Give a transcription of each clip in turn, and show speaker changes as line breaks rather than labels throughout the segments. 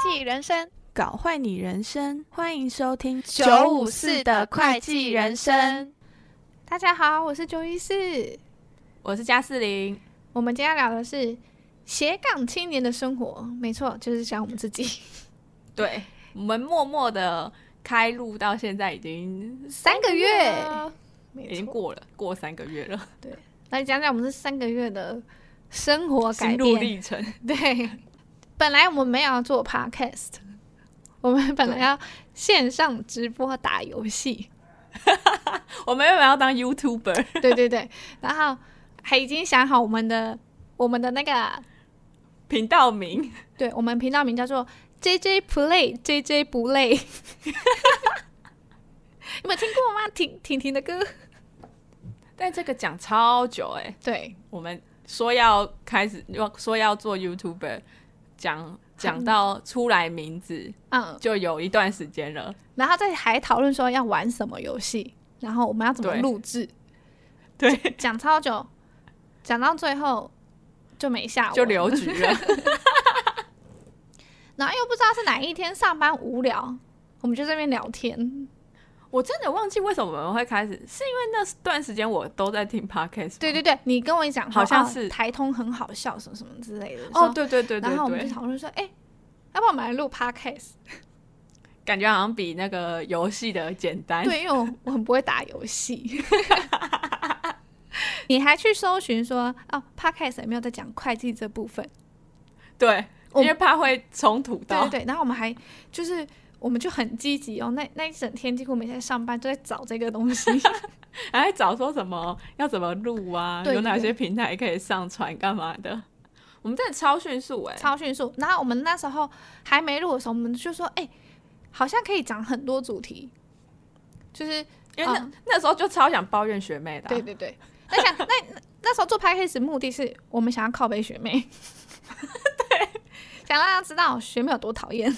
计人生，
搞坏你人生，欢迎收听
954的会计人生。
大家好，我是九一四。
我是加四零，
我们今天要聊的是斜杠青年的生活，没错，就是讲我们自己
对我们默默的开录到现在已经
三个月，
已
没
经
错。
过了过三个月了，
来讲讲我们这三个月的生活改
心路
变。
历程。
对，本来我们没有要做 podcast，我们本来
对
要线上直播打游戏。
我们原本要当 YouTuber，
对对对，然后还已经想好我们的我们的那个，
频道名，
对我们频道名叫做 JJ Play JJ 不累。 有没有听过吗？婷婷婷的歌，
但这个讲超久哎、
对，
我们说要开始，要说要做 YouTuber，讲讲到出来名字
嗯，
就有一段时间了。
然后再还讨论说要玩什么游戏，然后我们要怎么
对
录制，
对，
讲超久，讲到最后就没下文，
就留局了。
然后又不知道是哪一天上班无聊，我们就在那边聊天。
我真的忘记为什么我们会开始，是因为那段时间我都在听 podcast。
对对对，你跟我讲说，
好像
哦
是
台通很好笑，什么什么之类的。
哦，
说，
对对对对
然后我们
对
就，讨论说，哎、要不要我们来录 podcast？
感觉好像比那个游戏的简单。
对，因为我 我很不会打游戏。 你还去搜寻说，哦，podcast 有没有在讲会计这部分？
对，
我
因为怕会冲突
对
到。
对对，然后我们还就是我们就很积极哦，那那一整天几乎每天上班都在找这个东西，
还会找说什么要怎么录啊，
对对
有哪
对
些平台可以上传干嘛的。我们真的超迅速哎、
超迅速。然后我们那时候还没录的时候，我们就说，哎、好像可以讲很多主题，就是
因为那、
嗯
那时候就超想抱怨学妹的啊、
对对对。那想那 那那时候做 podcast 目的是我们想要靠背学妹， 对，想让大家知道学妹有多讨厌，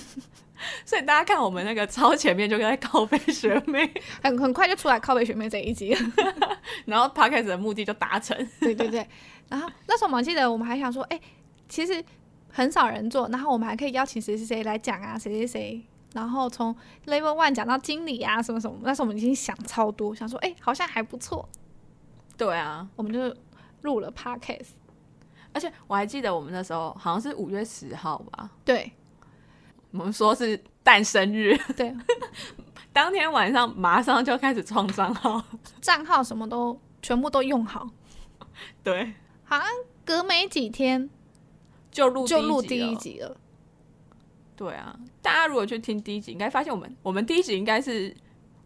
所以大家看我们那个超前面就在告白学妹，
很很快就出来靠背学妹这一集了。
然后 podcast 的目的就达成。
对对对。然后那时候我们记得我们还想说，哎、其实很少人做，然后我们还可以邀请谁谁谁来讲啊，谁谁谁，然后从 level one 讲到经理啊，什么什么。那时候我们已经想超多，想说，哎、好像还不错，
对啊，
我们就录了 podcast。
而且我还记得我们那时候好像是五月十号吧，
对
我们说是诞生日，
对，啊
当天晚上马上就开始创账号。
账号什么都全部都用好，
对，
好像隔没几天
就录
就录第
了
一。集了。
对啊，大家如果去听第一集，应该发现我们我们第一集应该是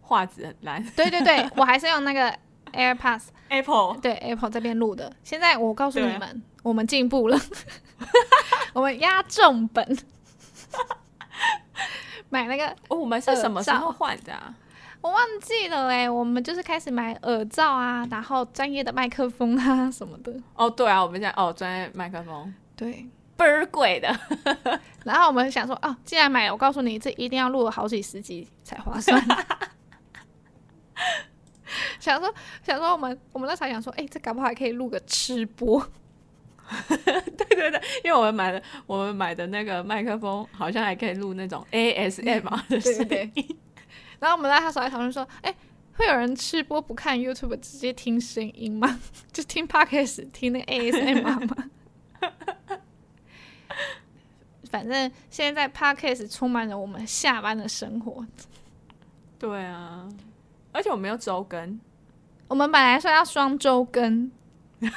画质很烂
对对对，我还是用那个 AirPods
，Apple
对 Apple 这边录的。现在我告诉你
对啊
们，我们进步了， 我们压重本，买那个
哦，我们是什么时
耳
候
罩
换的啊？
我忘记了哎、我们就是开始买耳罩啊，然后专业的麦克风啊什么的，
哦，对啊，我们现在哦，专业麦克风
对。
倍儿贵的，
然后我们想说，哦，既然买了，我告诉你，这一定要录了好几十集才划算。 想说，想说我们我们那时候还想说，哎、这搞不好还可以录个吃播，
对对对，因为我们买的我们买的那个麦克风好像还可以录那种 ASMR 的声
嗯对
音，
对对。 然后我们在他手来讨论说，哎、会有人吃播不看 YouTube 直接听声音吗？ 就听 Podcast 听那个 ASMR 吗？ 反正现在 Podcast 充满了我们下班的生活。
对啊，而且我没有周更，
我们本来说要双周更，
大家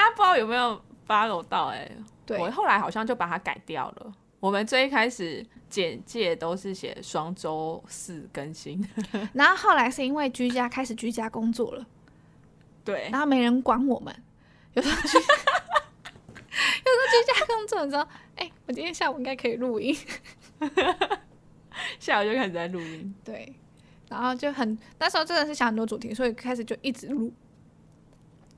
啊不知道有没有 follow 到哎、
对
我后来好像就把它改掉了。我们最一开始简介都是写双周四更新，
然后后来是因为居家开始居家工作了，
对，
然后没人管我们，有时候居 有时候居家工作的时候，哎、我今天下午应该可以录音，
下午就开始在录音。
对，然后就很那时候真的是想很多主题，所以开始就一直录，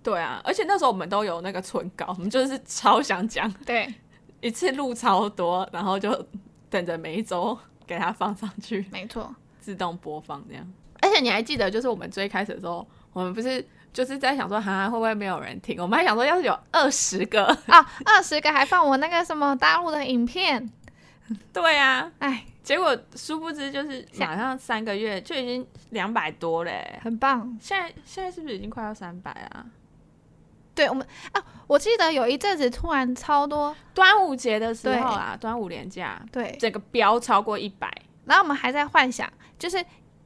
对啊，而且那时候我们都有那个存稿，我们就是超想讲，
对，
一次录超多，然后就等着每一周给它放上去，
没错，
自动播放这样。而且你还记得，就是我们最开始的时候，我们不是就是在想说，哈，会不会没有人听？我们还想说，要是有二十个，
啊，二十个还放我那个什么大陆的影片，
对啊，
哎，
结果殊不知就是
下
马上三个月就已经两百多嘞、
很棒。
现在现在是不是已经快要三百啊？
对我们啊，我记得有一阵子突然超多，
端午节的时候啊，端午连假，
对，
整个飙超过一百，
然后我们还在幻想，就是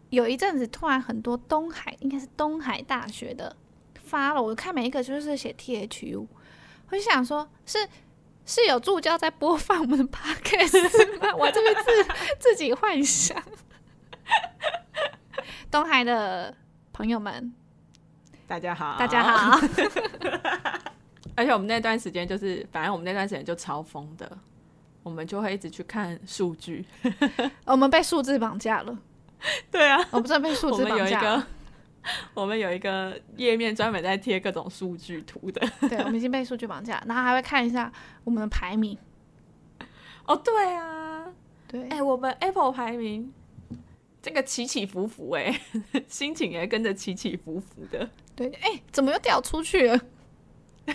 有一阵子突然很多东海，应该是东海大学的发了，我看每一个就是写 T H U，我就想说，是是有助教在播放我们的 podcast 吗？我这边自自己幻想。东海的朋友们，
大家好
大家。
啊
好，
而且我们那段时间就是，反正我们那段时间就超疯的，我们就会一直去看数据。
我们被数字绑架了，
对啊，
我们真的被数
我
字
们有
绑
一
架了
个， 我们有一个页面专门在贴各种数据图的。
对，我们已经被数据绑架，然后还会看一下我们的排名，
哦，对啊，
对
哎、，我们 Apple 排名这个起起伏伏、哎， 心情也跟着起起伏伏的。
对，哎、怎么又掉出去了？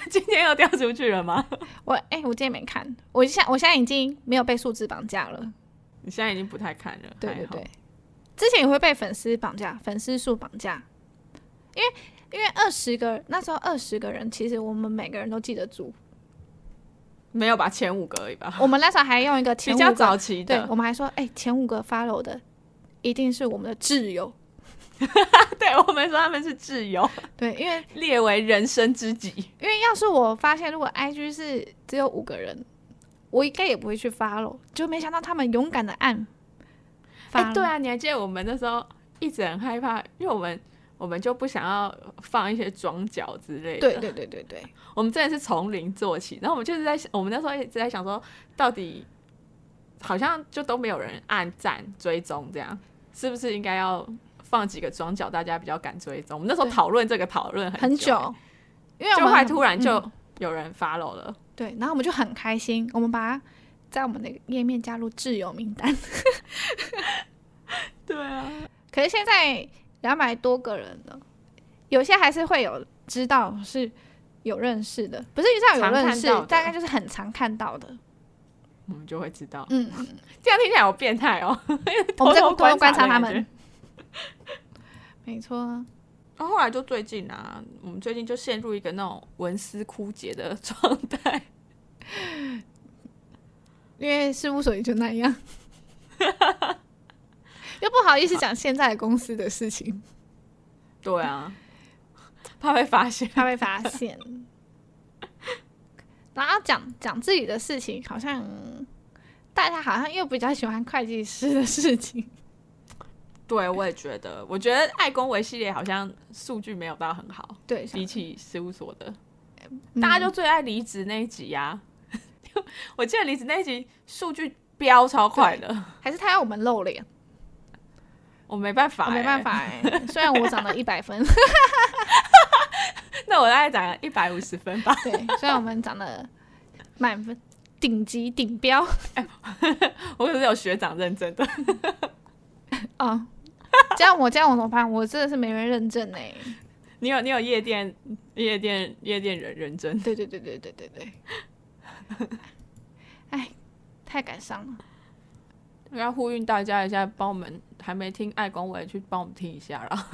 今天又掉出去了吗？
我哎、我今天没看，我现我现在已经没有被数字绑架了。
你现在已经不太看了，
对对
还好
对，之前也会被粉丝绑架，粉丝数绑架，因为因为二十个那时候二十个人，其实我们每个人都记得住。
没有吧？前五个而已吧，
我们那时候还用一个前
比
五
较
个，
早期
对
的，
我们还说，哎、前五个 follow 的一定是我们的挚友。
对我们说他们是挚友，
对，因为
列为人生知己。
因为要是我发现，如果 IG 是只有五个人，我应该也不会去 follow。就没想到他们勇敢的按，
哎、
发
对啊，你还记得我们那时候一直很害怕，因为我们我们就不想要放一些装脚之类的。
对对对对对，
我们真的是从零做起，然后我们就是在想我们那时候一直在想说，到底好像就都没有人按赞追踪，这样是不是应该要放几个装脚，大家比较敢追踪？我们那时候
对
讨论这个讨论
很
久，
久，因为我
就
们
后来
很
突然
嗯
就有人 follow 了。
对，然后我们就很开心，我们把它在我们的页面加入挚友名单。
对啊，
可是现在两百多个人了，有些还是会有知道是有认识的，不是遇到有
常
认
看
识
到的，
大概就是很常看到 的。
我们就会知道。
嗯，
这样听起来好变态 哦。
我们在偷
偷偷
偷观
观察
察他
的感觉
们。没错，啊
然后后来就最近啊，我们最近就陷入一个那种文思枯竭的状态。
因为事务所也就那 样。又不好意思讲现在公司的事情，
对啊， 怕被发现。
他被发现。 然后讲讲自己的事情，好像大家好像又比较喜欢会计师的事情。
对，我也觉得，我觉得爱公维系列好像数据没有到很好，
对，
比起事务所的，
嗯
大家就最爱离职那一集呀、 就我记得离职那一集数据飙超快的，
还是他要我们露脸，
我没办法、
我
欸
没办法。哎、虽然我长了一百分，
那我大概涨一百五十分吧。
对，虽然我们长了满分，顶级顶标
我可是有学长认真的，
啊。这样我这样我怎么办？我真的是没人认证哎、
你有你有夜店夜店夜店人认真。
对对对对对对对。哎，太感伤了。
要呼吁大家一下，帮我们还没听爱公维去帮我们听一下 啦。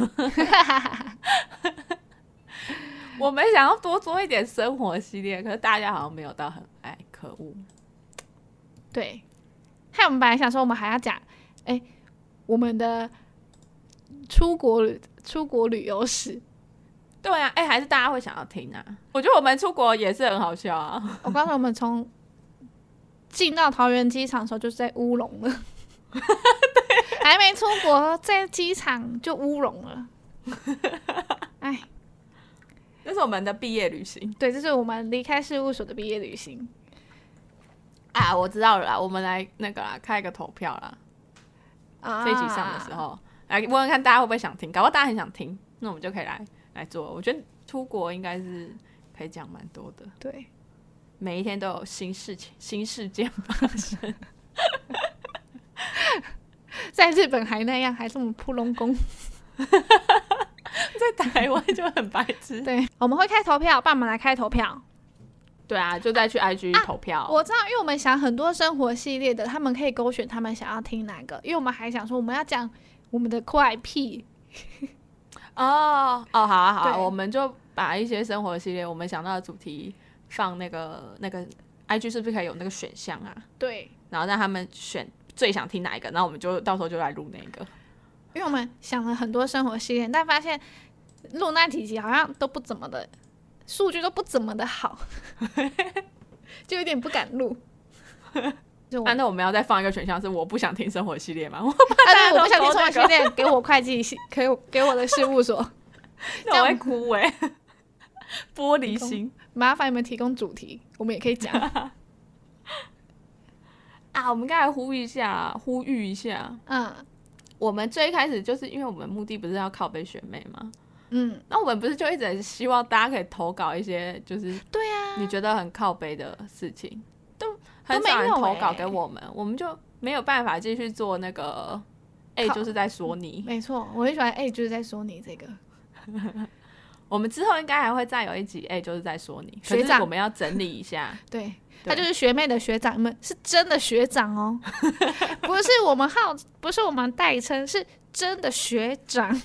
我们想要多做一点生活系列，可是大家好像没有到很爱，可恶。
对，害我们本来想说我们还要讲，哎、我们的出国旅出国旅游史。
对啊，哎、还是大家会想要听啊。我觉得我们出国也是很好笑啊。
我告诉我们从进到桃园机场的时候就是在乌龙了， 还没出国在机场就乌龙了。哎，
这是我们的毕业旅行
对，这是我们离开事务所的毕业旅行。
啊，我知道了啦，我们来那个啦，开一个投票啦，
啊
这一集上的时，候，来问问看大家会不会想听，搞不好大家很想听，那我们就可以来来做。我觉得出国应该是可以讲蛮多的。
对，
每一天都有新事情、新事 件发生。
在日本还那样，还这么扑龙宫。
在台湾就很白痴。
对，我们会开投票，帮我们来开投票。
对啊，就再去 IG
啊
投票。
我知道，因为我们想很多生活系列的，他们可以勾选他们想要听哪个，因为我们还想说我们要讲我们的怪癖，
哦哦，好啊好啊，
对
我们就把一些生活系列我们想到的主题放那个那个 IG 是不是可以有那个选项啊？
对，
然后让他们选最想听哪一个，然后我们就到时候就来录那个。
因为我们想了很多生活系列，但发现录那几集好像都不怎么的，数据都不怎么的好，就有点不敢录。就我
啊，那我们要再放一个选项是我不想听生活系列 吗？我
啊，
大家
对，我
都
不想听
勾
生活
那
系
个
列，给我会计系，给我给我的事务所，
那我会哭哎、 玻璃心
麻烦你们提供主题，我们也可以讲。
啊！我们刚才呼吁一下，呼吁一下，
嗯
我们最开始就是因为我们目的不是要靠背选妹吗？
嗯，
那我们不是就一直很希望大家可以投稿一些，就是
对啊呀、
你觉得很靠背的事情，都很
都没
少人
有
投稿
欸
给我们，我们就没有办法继续做那个。哎、
靠
就是在说你。
没错，我很喜欢。哎、就是在说你这个
我们之后应该还会再有一集，哎、就是在说你。可
学
是
长
我们要整理一下，
对，
对
他就是学妹的学长们，是真的学长 哦，不是我们号，不是我们代称，是真的学长。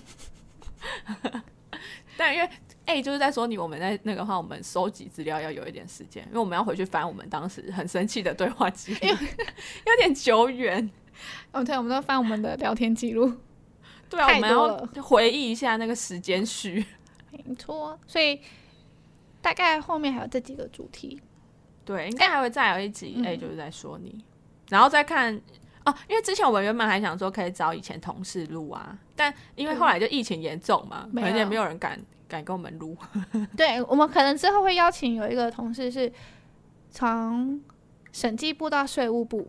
但因为哎、就是在说你，我们在那个话，我们收集资料要有一点时间，因为我们要回去翻我们当时很生气的对话记 录，有点久远。
哦，对，我们都翻我们的聊天记录，
对啊，我
太
们
多了
要回忆一下那个时间序。
没错。所以大概后面还有这几个主题，
对，应该还会再有一集，
嗯
哎、就是在说你，然后再看哦、因为之前我们原本还想说可以找以前同事录啊，但因为后来就疫情严重嘛，
没
而且
有
没有人敢敢跟我们录。
对我们可能之后会邀请有一个同事是从审计部到税务部，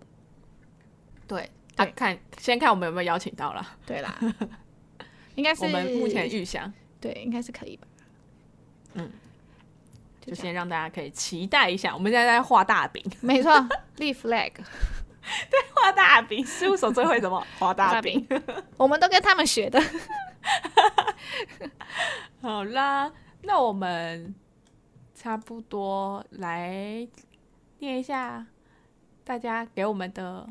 对， 啊
对、
看先看我们有没有邀请到啦。
对 啦，应该是
我们目前预想
对，应该是可以吧。
嗯，
就这样，
就先让大家可以期待一下，我们现在在画大饼，
没错立 flag，
画大饼，事务所最会什么？画大饼。
我们都跟他们学的。
好啦，那我们差不多来念一下大家给我们的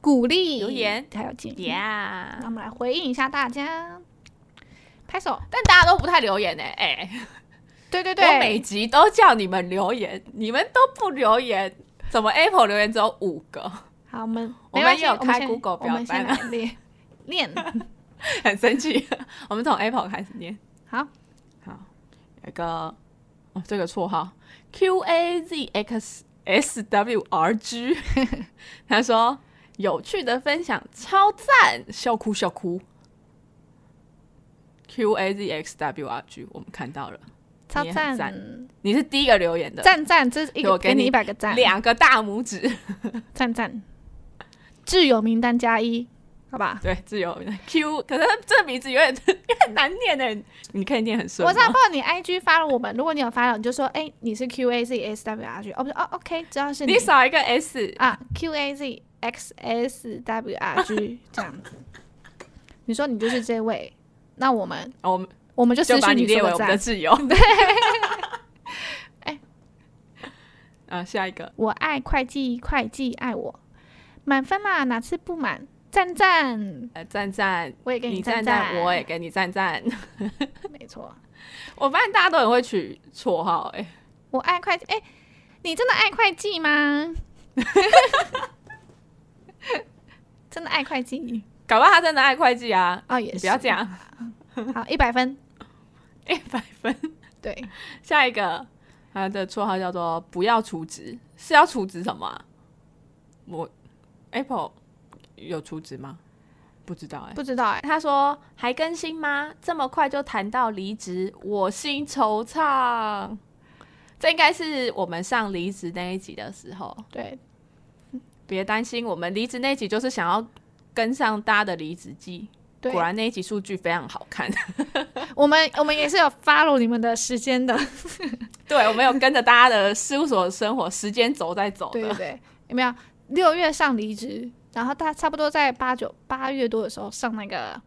鼓励
留言
还有建议。那
Yeah，
我们来回应一下大家，拍手。
但大家都不太留言呢、哎、
对对
我每
对，
集都叫你们留言，你们都不留言，怎么 Apple 留言只有五个，
好，我们
我
没
们
关系
也有
我
开
先
Google
我们
表
先
单
来练 练。
很生气。我们从 Apple 开始念，
好，
好，有一个哦，这个绰号 Q A Z X S W R G，他说有趣的分享超赞，笑哭笑哭。Q A Z X W R G，我们看到了，
超
你很
赞
赞你是第一个留言的，
赞赞，这是一
对我
个
给
给你
你
一百个赞，
两个大拇指，
赞赞，挚友名单加一，好吧？
对，自由 Q，可是这名字有点有点难念呢，你可以念很顺吗。
我知道，不然你 IG 发了我们，如果你有发了，你就说，哎、你是 QAZSWRG，哦不是，哦 OK，只要是
你少一个 S，
啊 QAZXSWRG 这样子，你说你就是这位，那我们
我们
我们就
就
私
把
信
你列
说
为
个
我们的
赞，
挚友。 对，
哎，
啊，下一个，
我爱会计，会计爱我，满分啦，哪次不满？赞赞，
呃，赞赞，
我也给
你
赞
赞，我也给你赞赞。
没错，
我发现大家都很会取绰号、哎，
我爱会计，哎、你真的爱会计吗？ 真的爱会计
搞不好他真的爱会计啊！
哦，也
你
是
不要这样，
好，一百分，
一百分。
对，
下一个，他的绰号叫做“不要除职”，是要除职什么啊、我 Apple 有除职吗？不知道哎、
不知道哎、
他说还更新吗？这么快就谈到离职，我心惆怅。这应该是我们上离职那一集的时候，
对，
别担心，我们离职那一集就是想要跟上大家的离职季。
对
果，然那一集数据非常好看，
我们我们也是有 follow 你们的时间的，
对我们有跟着大家的事务所的生活时间轴在走
对对
的。
对，有没有？六月上离职，然后他差不多在八九八月多的时候上那个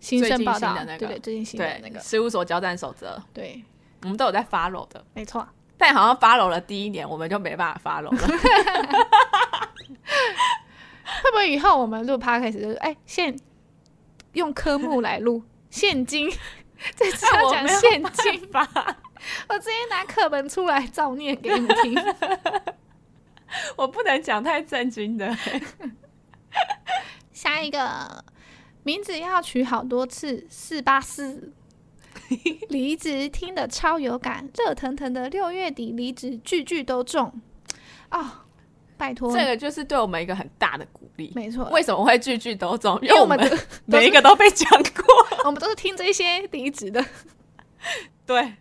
新
最
生
近
报道，
新的那个
对对，最近新的那个，
事务所交战守则，
对，
我们都有在 follow 的。
没错，
但好像 follow 了第一年，我们就没办法 follow 了。
会不会以后我们录 podcast 就是哎、现用科目来 录现金？这次
但
要
我
讲
没有
现 金，
办法，
我直接拿课本出来照念给你们听。
我不能讲太震惊的。
下一个名字要取好多次，四八 四。离职听得超有感，热腾腾的六月底离职，句句都中。哦，拜托，
这个就是 对我们一个很大的鼓励。
没错，
为什么会句句都中？因
因为
为
我
我
们
们
都都
每
是
一个都被讲过。
我们都是听这些离职的，
对，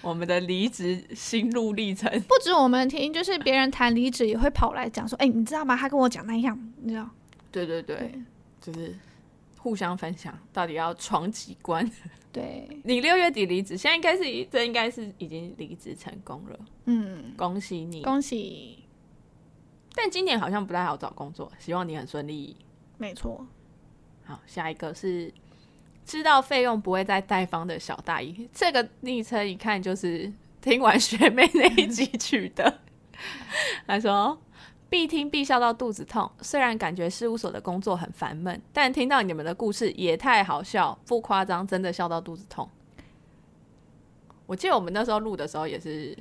我们的离职心路历程。
不止我们听，就是别人谈离职也会跑来讲说，哎、你知道吗？他跟我讲那样，你知道？
对对对，就是互相分享，到底要闯几关？
对，
你六月底离职，现在应该是已这应该是已经离职成功了，
嗯，
恭喜你！
恭喜，
但今年好像不太好找工作，希望你很顺利。
没错，
好，下一个是知道费用不会再贷方的小大姨，这个昵称一看就是听完学妹那一集取的。 他说必听必笑到肚子痛，虽然感觉事务所的工作很烦闷，但听到你们的故事也太好笑，不夸张，真的笑到肚子痛。我记得我们那时候录的时候也是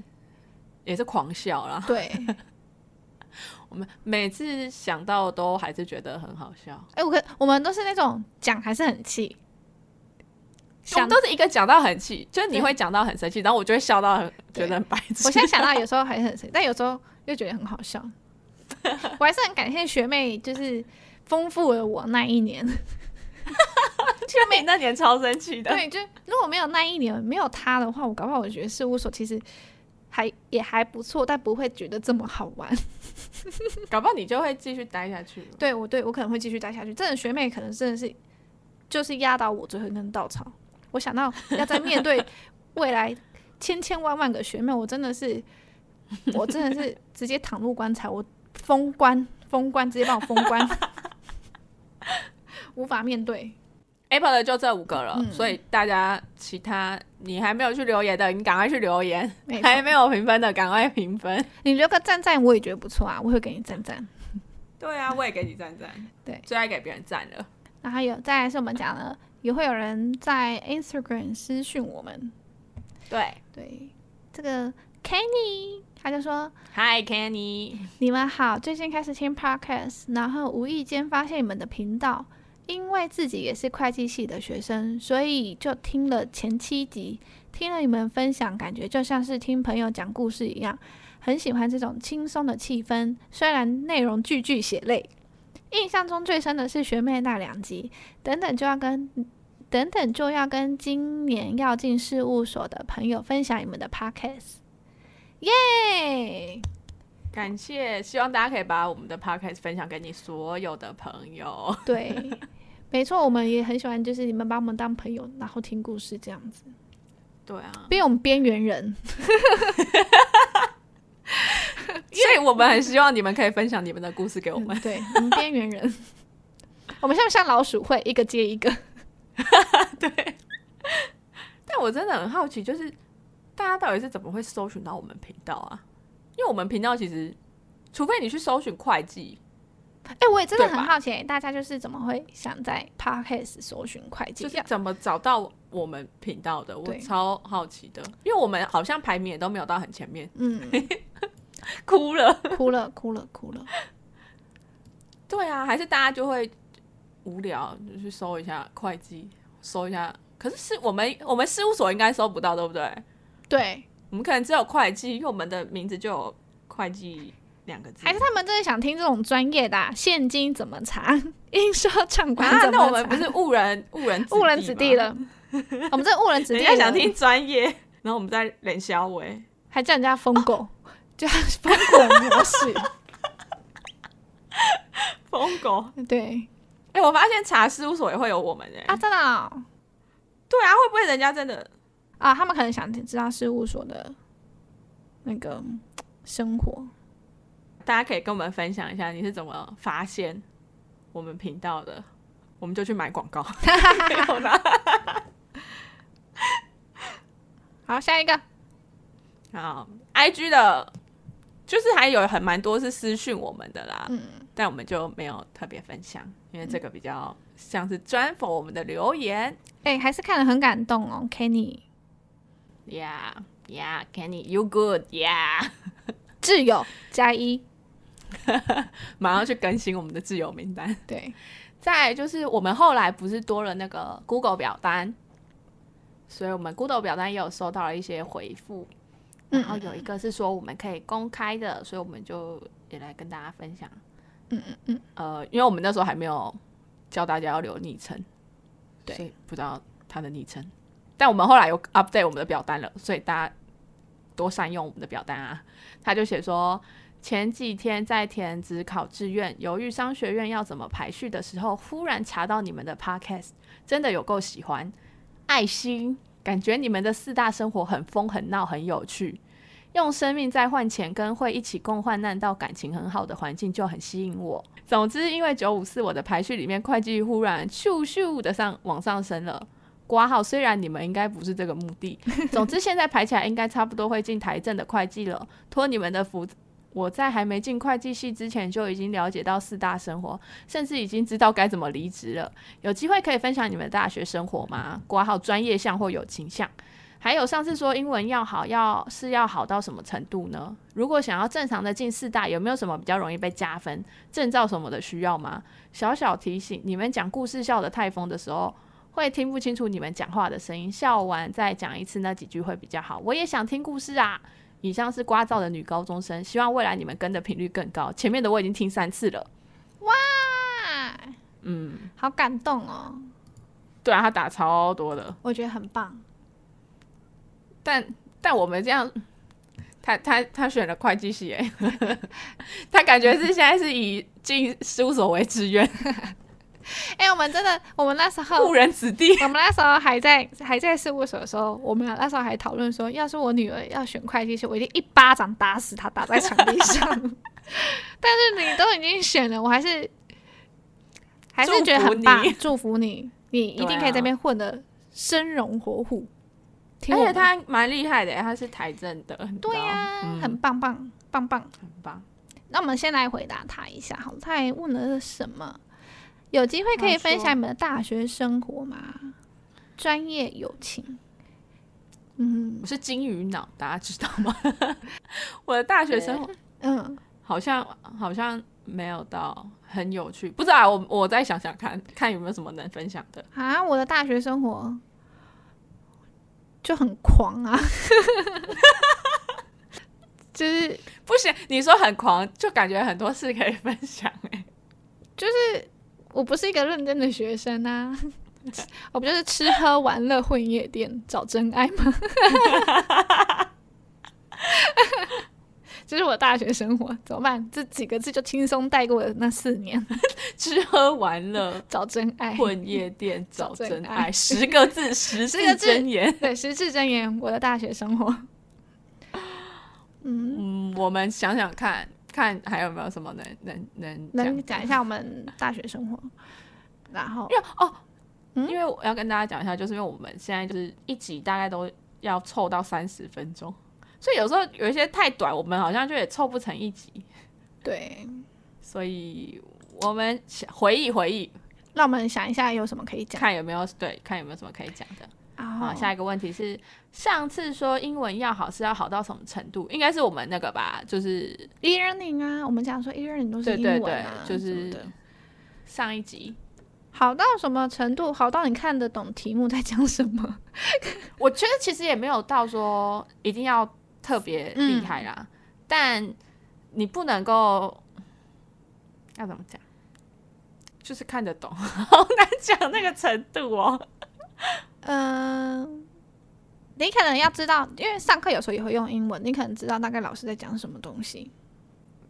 也是狂笑啦，
对。
我们每次想到都还是觉得很好笑。
哎、我跟我们都是那种讲还是很气，
我们
想
都是一个讲到很气，就是你
对
会讲到很生气，然后我就会笑到很
对
觉得很白痴。
我现在想到有时候还是很生气，但有时候又觉得很好笑。我还是很感谢学妹，就是丰富了我那一年。
去你那年超生气的，
对，就如果没有那一年，没有她的话，我搞不好我觉得事务所其实还也还不错，但不会觉得这么好玩。
搞不好你就会继续待下去。
对我对我可能会继续待下去。真的学妹可能真的是就是压倒我最后一根稻草。我想到要在面对未来千千万万个学妹，我真的是我真的是直接躺入棺材，我封棺封棺，直接把我封棺，无法面对。
Apple 的就这五个了，
嗯
所以大家其他你还没有去留言的，你赶快去留言；
没错，
还没有评分的，赶快评分。
你留个赞赞，我也觉得不错啊，我会给你赞赞。
对啊，我也给你赞赞，
对
最爱给别人赞了。
然后有再来是我们讲了，也会有人在 Instagram 私讯我们，
对
对这个 Kenny 他就说。
，Hi Kenny，
你们好，最近开始听 podcast，然后无意间发现你们的频道，因为自己也是会计系的学生，所以就听了前七集，听了你们分享，感觉就像是听朋友讲故事一样，很喜欢这种轻松的气氛，虽然内容句句血泪。印象中最深的是学妹那两集，等等就要跟。等等，就要跟今年要进事务所的朋友分享你们的 podcast，耶
感谢，希望大家可以把我们的 Podcast 分享给你所有的朋友。
对，没错，我们也很喜欢，就是你们把我们当朋友，然后听故事这样子，
对啊，
因为我们边缘人，
所以我们很希望你们可以分享你们的故事 给我们。
对，我们边缘人， 我们像不像老鼠会一个接一个？
但我真的很好奇，就是大家到底是怎么会搜寻到我们频道啊？因为我们频道其实，除非你去搜寻会计，
哎、我也真的
对
很
吧
好奇、大家就是怎么会想在 podcast 搜寻会计？啊
就是怎么找到我们频道的，我
对
超好奇的。因为我们好像排名也都没有到很前面，
嗯，
哭了。
哭了，哭了，哭了。
对啊，还是大家就会无聊，就去搜一下会计，搜一下。可是是我们我们事务所应该搜不到，对不对？
对，
我们可能只有会计，因为我们的名字就有会计两个字。
还是他们真的想听这种专业的、啊，现金怎么查， 应收账款
啊，
怎么查？
那我们不是误人误人
误人子弟
吗
了？我们这误人子弟
人家
了，
想听专业，然后我们在冷笑尾。
还叫人家疯
哦
狗，叫疯狗模式。
疯狗。
对
哎、我发现查事务所也会有我们哎、
啊，真的哦
对啊，会不会人家真的？
啊，他们可能想知道事务所的那个嗯生活。
大家可以跟我们分享一下你是怎么发现我们频道的，我们就去买广 告。没有啦
好，下一个，
好，IG 的，就是还有很蛮多是私讯我们的啦，
嗯，
但我们就没有特别分享，因为这个比较像是专访我们的留言。
哎、还是看了很感动哦，Kenny
Yeah, yeah, Kenny, you good? Yeah，
挚友加一，
马上去更新我们的挚友名单。
对，
再来就是我们后来不是多了那个 Google 表单，所以我们 Google 表单也有收到了一些回复，然后
嗯
有一个是说我们可以公开的，所以我们就也来跟大家分享。
嗯嗯嗯，
呃，因为我们那时候还没有教大家要留昵称，
对
所以不知道他的昵称，但我们后来有 update 我们的表单了，所以大家多善用我们的表单啊。他就写说，前几天在填职考志愿、犹豫商学院要怎么排序的时候，忽然查到你们的 podcast，真的有够喜欢，爱心，感觉你们的四大生活很疯、很闹、很有趣。用生命在换钱，跟会一起共患难到感情很好的环境就很吸引我。总之，因为九五四我的排序里面，会计忽然咻咻的上往上升了。挂号虽然你们应该不是这个目的，总之现在排起来应该差不多会进台政的会计了，托你们的福。我在还没进会计系之前就已经了解到四大生活，甚至已经知道该怎么离职了。有机会可以分享你们的大学生活吗？挂号专业项或友情项。还有上次说英文要好，要是要好到什么程度呢？如果想要正常的进四大，有没有什么比较容易被加分、证照什么的需要吗？小小提醒，你们讲故事笑得太疯的时候，会听不清楚你们讲话的声音，笑完再讲一次那几句会比较好。我也想听故事啊！以上是刮噪的女高中生，希望未来你们跟的频率更高。前面的我已经听三次了，
啊，
嗯，
好感动哦，
对啊，他打超多的，
我觉得很棒，
但但我们这样，他他他选了会计系，哎， 他感觉是现在是以进事务所为志愿，
哎、我们真的，我们那时候
误人子弟。
我们那时候还在还在事务所的时候，我们那时候还讨论说，要是我女儿要选会计系，我一定一巴掌打死她，打在墙壁上。 但是你都已经选了，我还是还是觉得很棒
祝福，
祝福你，你一定可以在那边混的生龙活虎。听
而
我们
且他蛮厉害的，他是台政的，你知
对
道
呀、
嗯
很棒棒棒棒。
很棒。
那我们先来回答他一下，好了，他还问了什么？有机会可以
他说
分享你们的大学生活吗？专业友情，嗯
我是金鱼脑，大家知道吗？ 我的大学生活
嗯，
好像好像没有到很有趣，不知道啊、我我再想想看看有没有什么能分享的。
啊，我的大学生活就很狂啊， 就是
不行，你说很狂，就感觉很多事可以分享、哎，
我不是一个认真的学生啊， 我不就是吃喝玩乐混夜店找真爱吗？ 这是我大学生活，怎么办？这几个字就轻松带过了那四年，
吃喝玩乐。
找真爱。
混夜店哎 找
找
真
真
爱，
爱
十个字，十
十个
字
字
真言。
对，实质真言，我的大学生 活。嗯，
嗯，我们想想看，看还有没有什么能能能嗯
能讲
讲的
一下我们大学生活，然后
因为哦，
嗯
因为我要跟大家讲一下，就是因为我们现在就是一集大概都要凑到三十分钟，所以有时候有一些太短，我们好像就也凑不成一集，
对，
所以我们想回忆回忆，
让我们想一下有什么可以讲。
看有没有对，看有没有什么可以讲的。
然
好，
后
下一个问题是，上次说英文要好是要好到什么程度？应该是我们那个吧，就是
e learning 啊，我们讲说 e learning 都是
对
英
对
文
对
啊，，
就
什么
是
的
上一集。
好到什么程度？好到你看得懂题目在讲什 么？
我觉得其实也没有到说一定要特别厉害啦，但你不能够要怎么讲，就是看得懂，好难讲那个程度哦。
嗯、你可能要知道，因为上课有时候也会用英文，你可能知道大概老师在讲什么东西。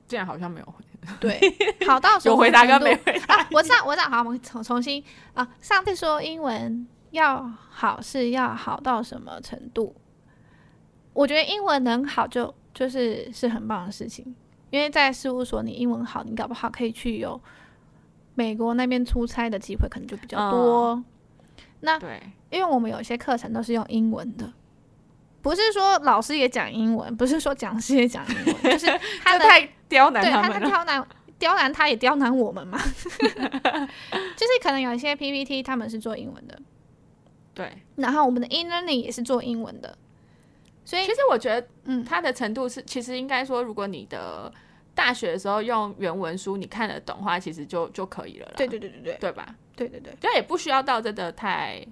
这样好像没有回
对，好到什么
有回答
程
跟
度
没回答，
啊，我知道，我知道。好，我们重重新啊，上次说英文要好是要好到什么程度？我觉得英文能好就就是是很棒的事情，因为在事务所你英文好，你搞不好可以去有美国那边出差的机会，可能就比较多。那
对，
因为我们有些课程都是用英文的，不是说老师也讲英文，不是说讲师也讲英文，就是他
这
的
太刁难
对
他
他
们
在刁
啊了。
难刁难他也刁难我们嘛，就是可能有一些 PPT 他们是做英文的，
对，
然后我们的 in learning 也是做英文的，所以
其实我觉得，
嗯
它的程度是，其实应该说，如果你的大学的时候用原文书，你看得懂的话，其实就就可以了啦。
对对对对对
对吧？
对对对，
但也不需要到真的太，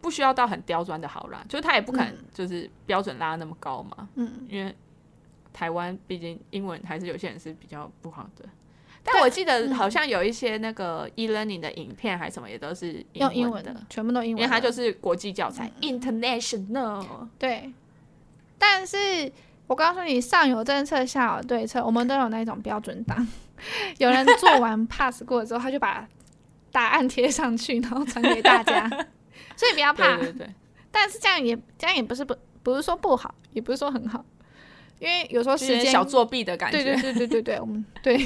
不需要到很刁钻的好啦，就是他也不可能
嗯
就是标准拉那么高嘛，
嗯，
因为台湾毕竟英文还是有些人是比较不好的。但我记
嗯
得好像有一些那个 e learning 的影片还什么也都是
用英
文
文
的，
的，全部都英
因
文的，嗯
为它就是国际教材、i n t e r n a t i o n a l
对，但是我告诉你，上有政策，下有对策，我们都有那种标准档。有人做 完 pass 过之后，他就把答案贴上去，然后传给大家。 所以不要怕，
对对对，
但是这样也这样也不是不不是说不好，也不是说很好，因为有时候时
就是有
间
点小作弊的感觉。
对对对对对对，我们对，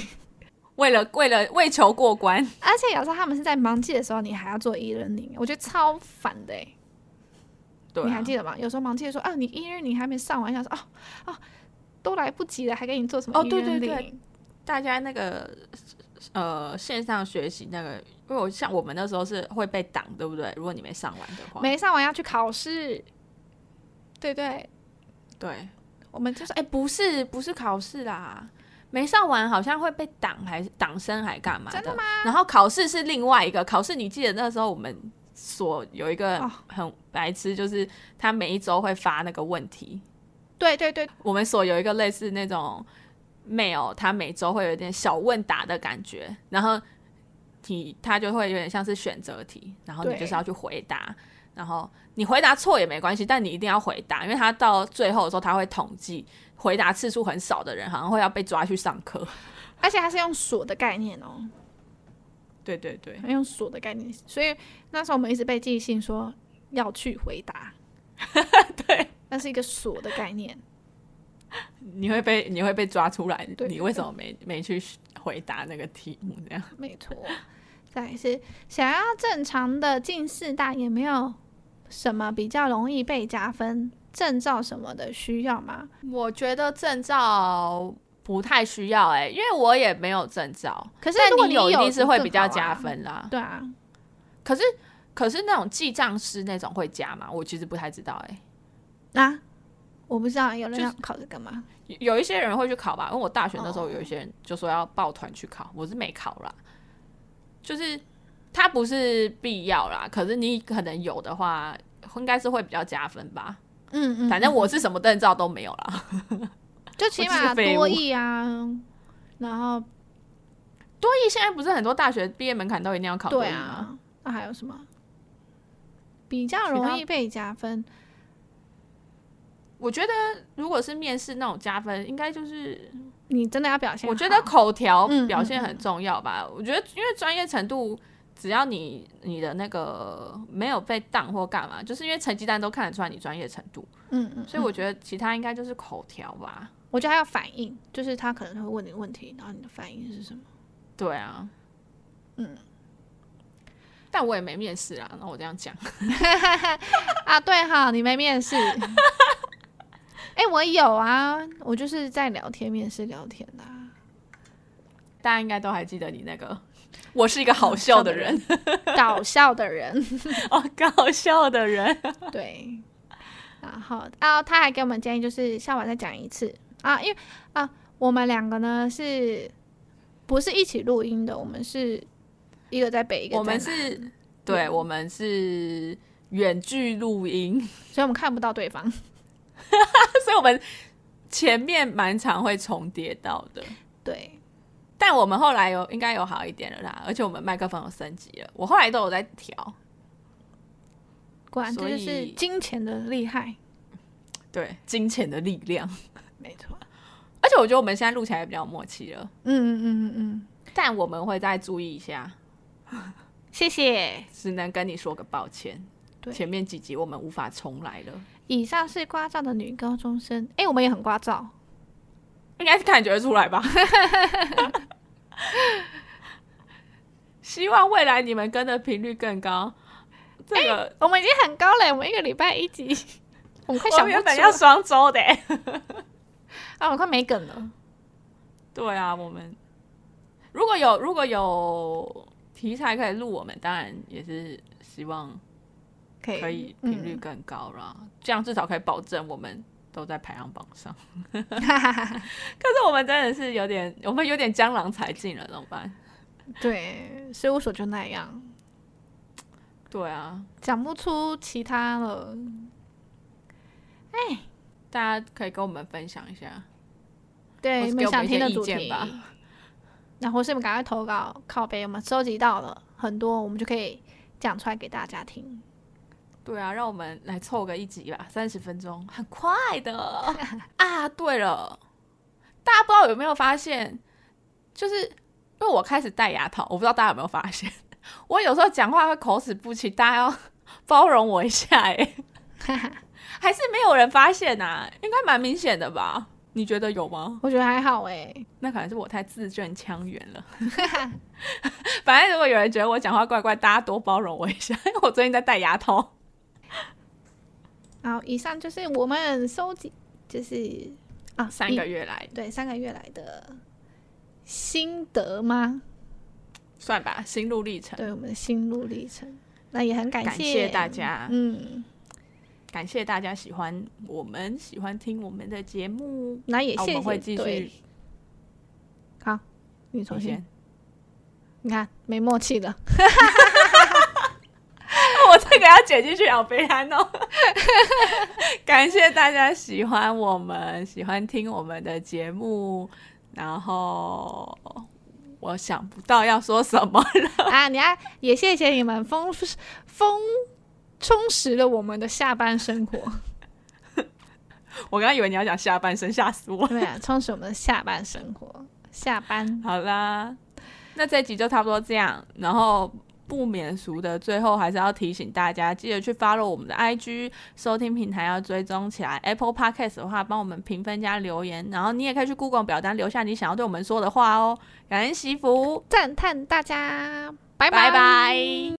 为了为了为求过关，
而且有时候他们是在忙季的时候，你还要做 e learning，我觉得超烦的、欸。
对、啊，
你还记得吗？有时候忙季说啊，你一日你还没上完，想说哦哦，都来不及了，还给你做什么？
哦对对对，大家那个呃线上学习那个，因为我像我们那时候是会被挡，对不对？如果你没上完的话，
没上完要去考试。对对，
对，
我们就是
哎、不是不是考试啦，没上完好像会被挡，还是挡生还干嘛
真的
吗？然后考试是另外一个，考试你记得那时候我们所有一个
哦
很白痴，就是他每一周会发那个问题，
对对对，
我们所有一个类似那种 mail，它每周会有一点小问答的感觉，然后题它就会有点像是选择题，然后你
对
就是要去回答，然后你回答错也没关系，但你一定要回答，因为它到最后的时候，它会统计回答次数很少的人，好像会要被抓去上课。
而且它是用锁的概念哦，
对对对，
它用锁的概念，所以那时候我们一直被寄信说要去回答。
对，
那是一个锁的概念。
你会被你会被抓出来，
对
你为什么没没去回答那个题目这样？
没错，再来是想要正常的进四大，也没有什么比较容易被加分证照什么的需要吗？
我觉得证照不太需要哎、因为我也没有证照。
可是
但
如果
你
有，
一定是会比较加。分啦。
对啊，
可是可是那种记账师那种会加吗？我其实不太知道哎、
啊，我不知道有人
就是
要考这个吗？
有有一些人会去考吧，因为我大学那时候
哦
有一些人就说要抱团去考，我是没考啦。就是它不是必要啦，可是你可能有的话，应该是会比较加分吧。
嗯嗯，
反正我是什么证照都没有啦。
就起
我是
码
个废物
多益啊，然后
多益现在不是很多大学毕业门槛都一定要考多
对
益吗？
啊，那还有什么比较容易被加分？
我觉得如果是面试那种加分，应该就是
你真的要表现好，
我觉得口条
嗯
表
嗯
现很重要吧。我觉得因为专业程度，只要你你的那个没有被当或干嘛，就是因为成绩单都看得出来你专业程度，
嗯嗯，
所以我
得
觉得其他应该就是口条吧。
我觉得还有反应，就是他可能会问你问题，然后你的反应是什么？
对啊，
嗯。
但我也没面试啊，那我这样讲，
啊，对哈，你没面 试。哎、我有啊，我就是在聊天面试聊天的、啊。
大家应该都还记得你那个，我是一个好笑的人，
搞笑的人，
哦，搞笑的人，
对。然后啊，他还给我们建议，就是下晚再讲一次啊，因为啊，我们两个呢是不是一起录音的？我们是一个在北，一个在
我们
南，
是，对，
嗯
我们是远距录音。
所以我们看不到对方。
所以我们前面蛮常会重叠到的，
对，
但我们后来有应该有好一点了啦，而且我们麦克风有升级了，我后来都有在调，
果然这
所
就
以
是金钱的厉害，
对，金钱的力量，
没错。
而且我觉得我们现在录起来也比较有默契了，
嗯嗯嗯嗯嗯，
但我们会再注意一下，
谢谢。
只能跟你说个抱歉，
对
前面几集我们无法重来了，
以上是瓜照的女高中生，哎、我们也很瓜照。
应该是感觉得出来吧。 希望未来你们跟的频率更高，这个
哎我们已经很高了，我们一个礼拜一集。 我们快
我
想
们
不
哦原
出来
本要双周的欸、
啊，我快没梗了。
对啊，我们如果有如果有题材可以录，我们当然也是希望
可以
可以频率
嗯
更高啦，这样至少可以保证我们都在排行榜 上。
哈哈哈哈
可是我们真的是有点，我们有点江郎才尽了，怎么办？
对，事务所就那样，
对啊，
讲不出其他了。
大家可以跟我们分享一下，或
对，
是
你们
给我们
想
一
听
些
的
意
主
见
题
吧。
那或是你们赶快投稿，靠背我们收集到了很多，我们就可以讲出来给大家听。
对啊，让我们来凑个一集吧，三十分钟，很快的啊。对了，大家不知道有没有发现，就是因为我开始戴牙套，我不知道大家有没有发现，我有时候讲话会口齿不清，大家要 包容我一下哎、还是没有人发现呐、应该蛮明显的吧？你觉得有吗？
我觉得还好哎、
那可能是我太字正腔圆了。反正如果有人觉得我讲话怪怪，大家多包容我一下，因为我最近在戴牙套。
好，以上就是我们收集，就是啊
三个
一
月来
对三个月来的心得吗？
算吧，心路历程。
对我们的心路历程，那也很感
感
谢
谢大家，
嗯，
感谢大家喜欢我们，喜欢听我们的节目。
那也
啊我
谢谢。
们会继
对
续，
好，你重
首
新
先，，
你看没默契了。
我再给他剪进去啊，别安哦。 感谢大家喜欢我们，喜欢听我们的节目，然后。我想不到要说什么 了，
啊，你啊，也谢谢你们丰丰充实了我们的下班生 活，
我刚刚以为你要讲下半身，吓死我！
对啊，充实我们的下班生活。下班，
好啦，那这集就差不多这样。然后不免俗的，最后还是要提醒大家，记得去 follow 我们的 IG，收听平台要追踪起来。Apple Podcast 的话，帮我们评分加留言，然后你也可以去 Google 表单留下你想要对我们说的话哦。感恩惜福，
赞叹大家，拜
拜
拜
拜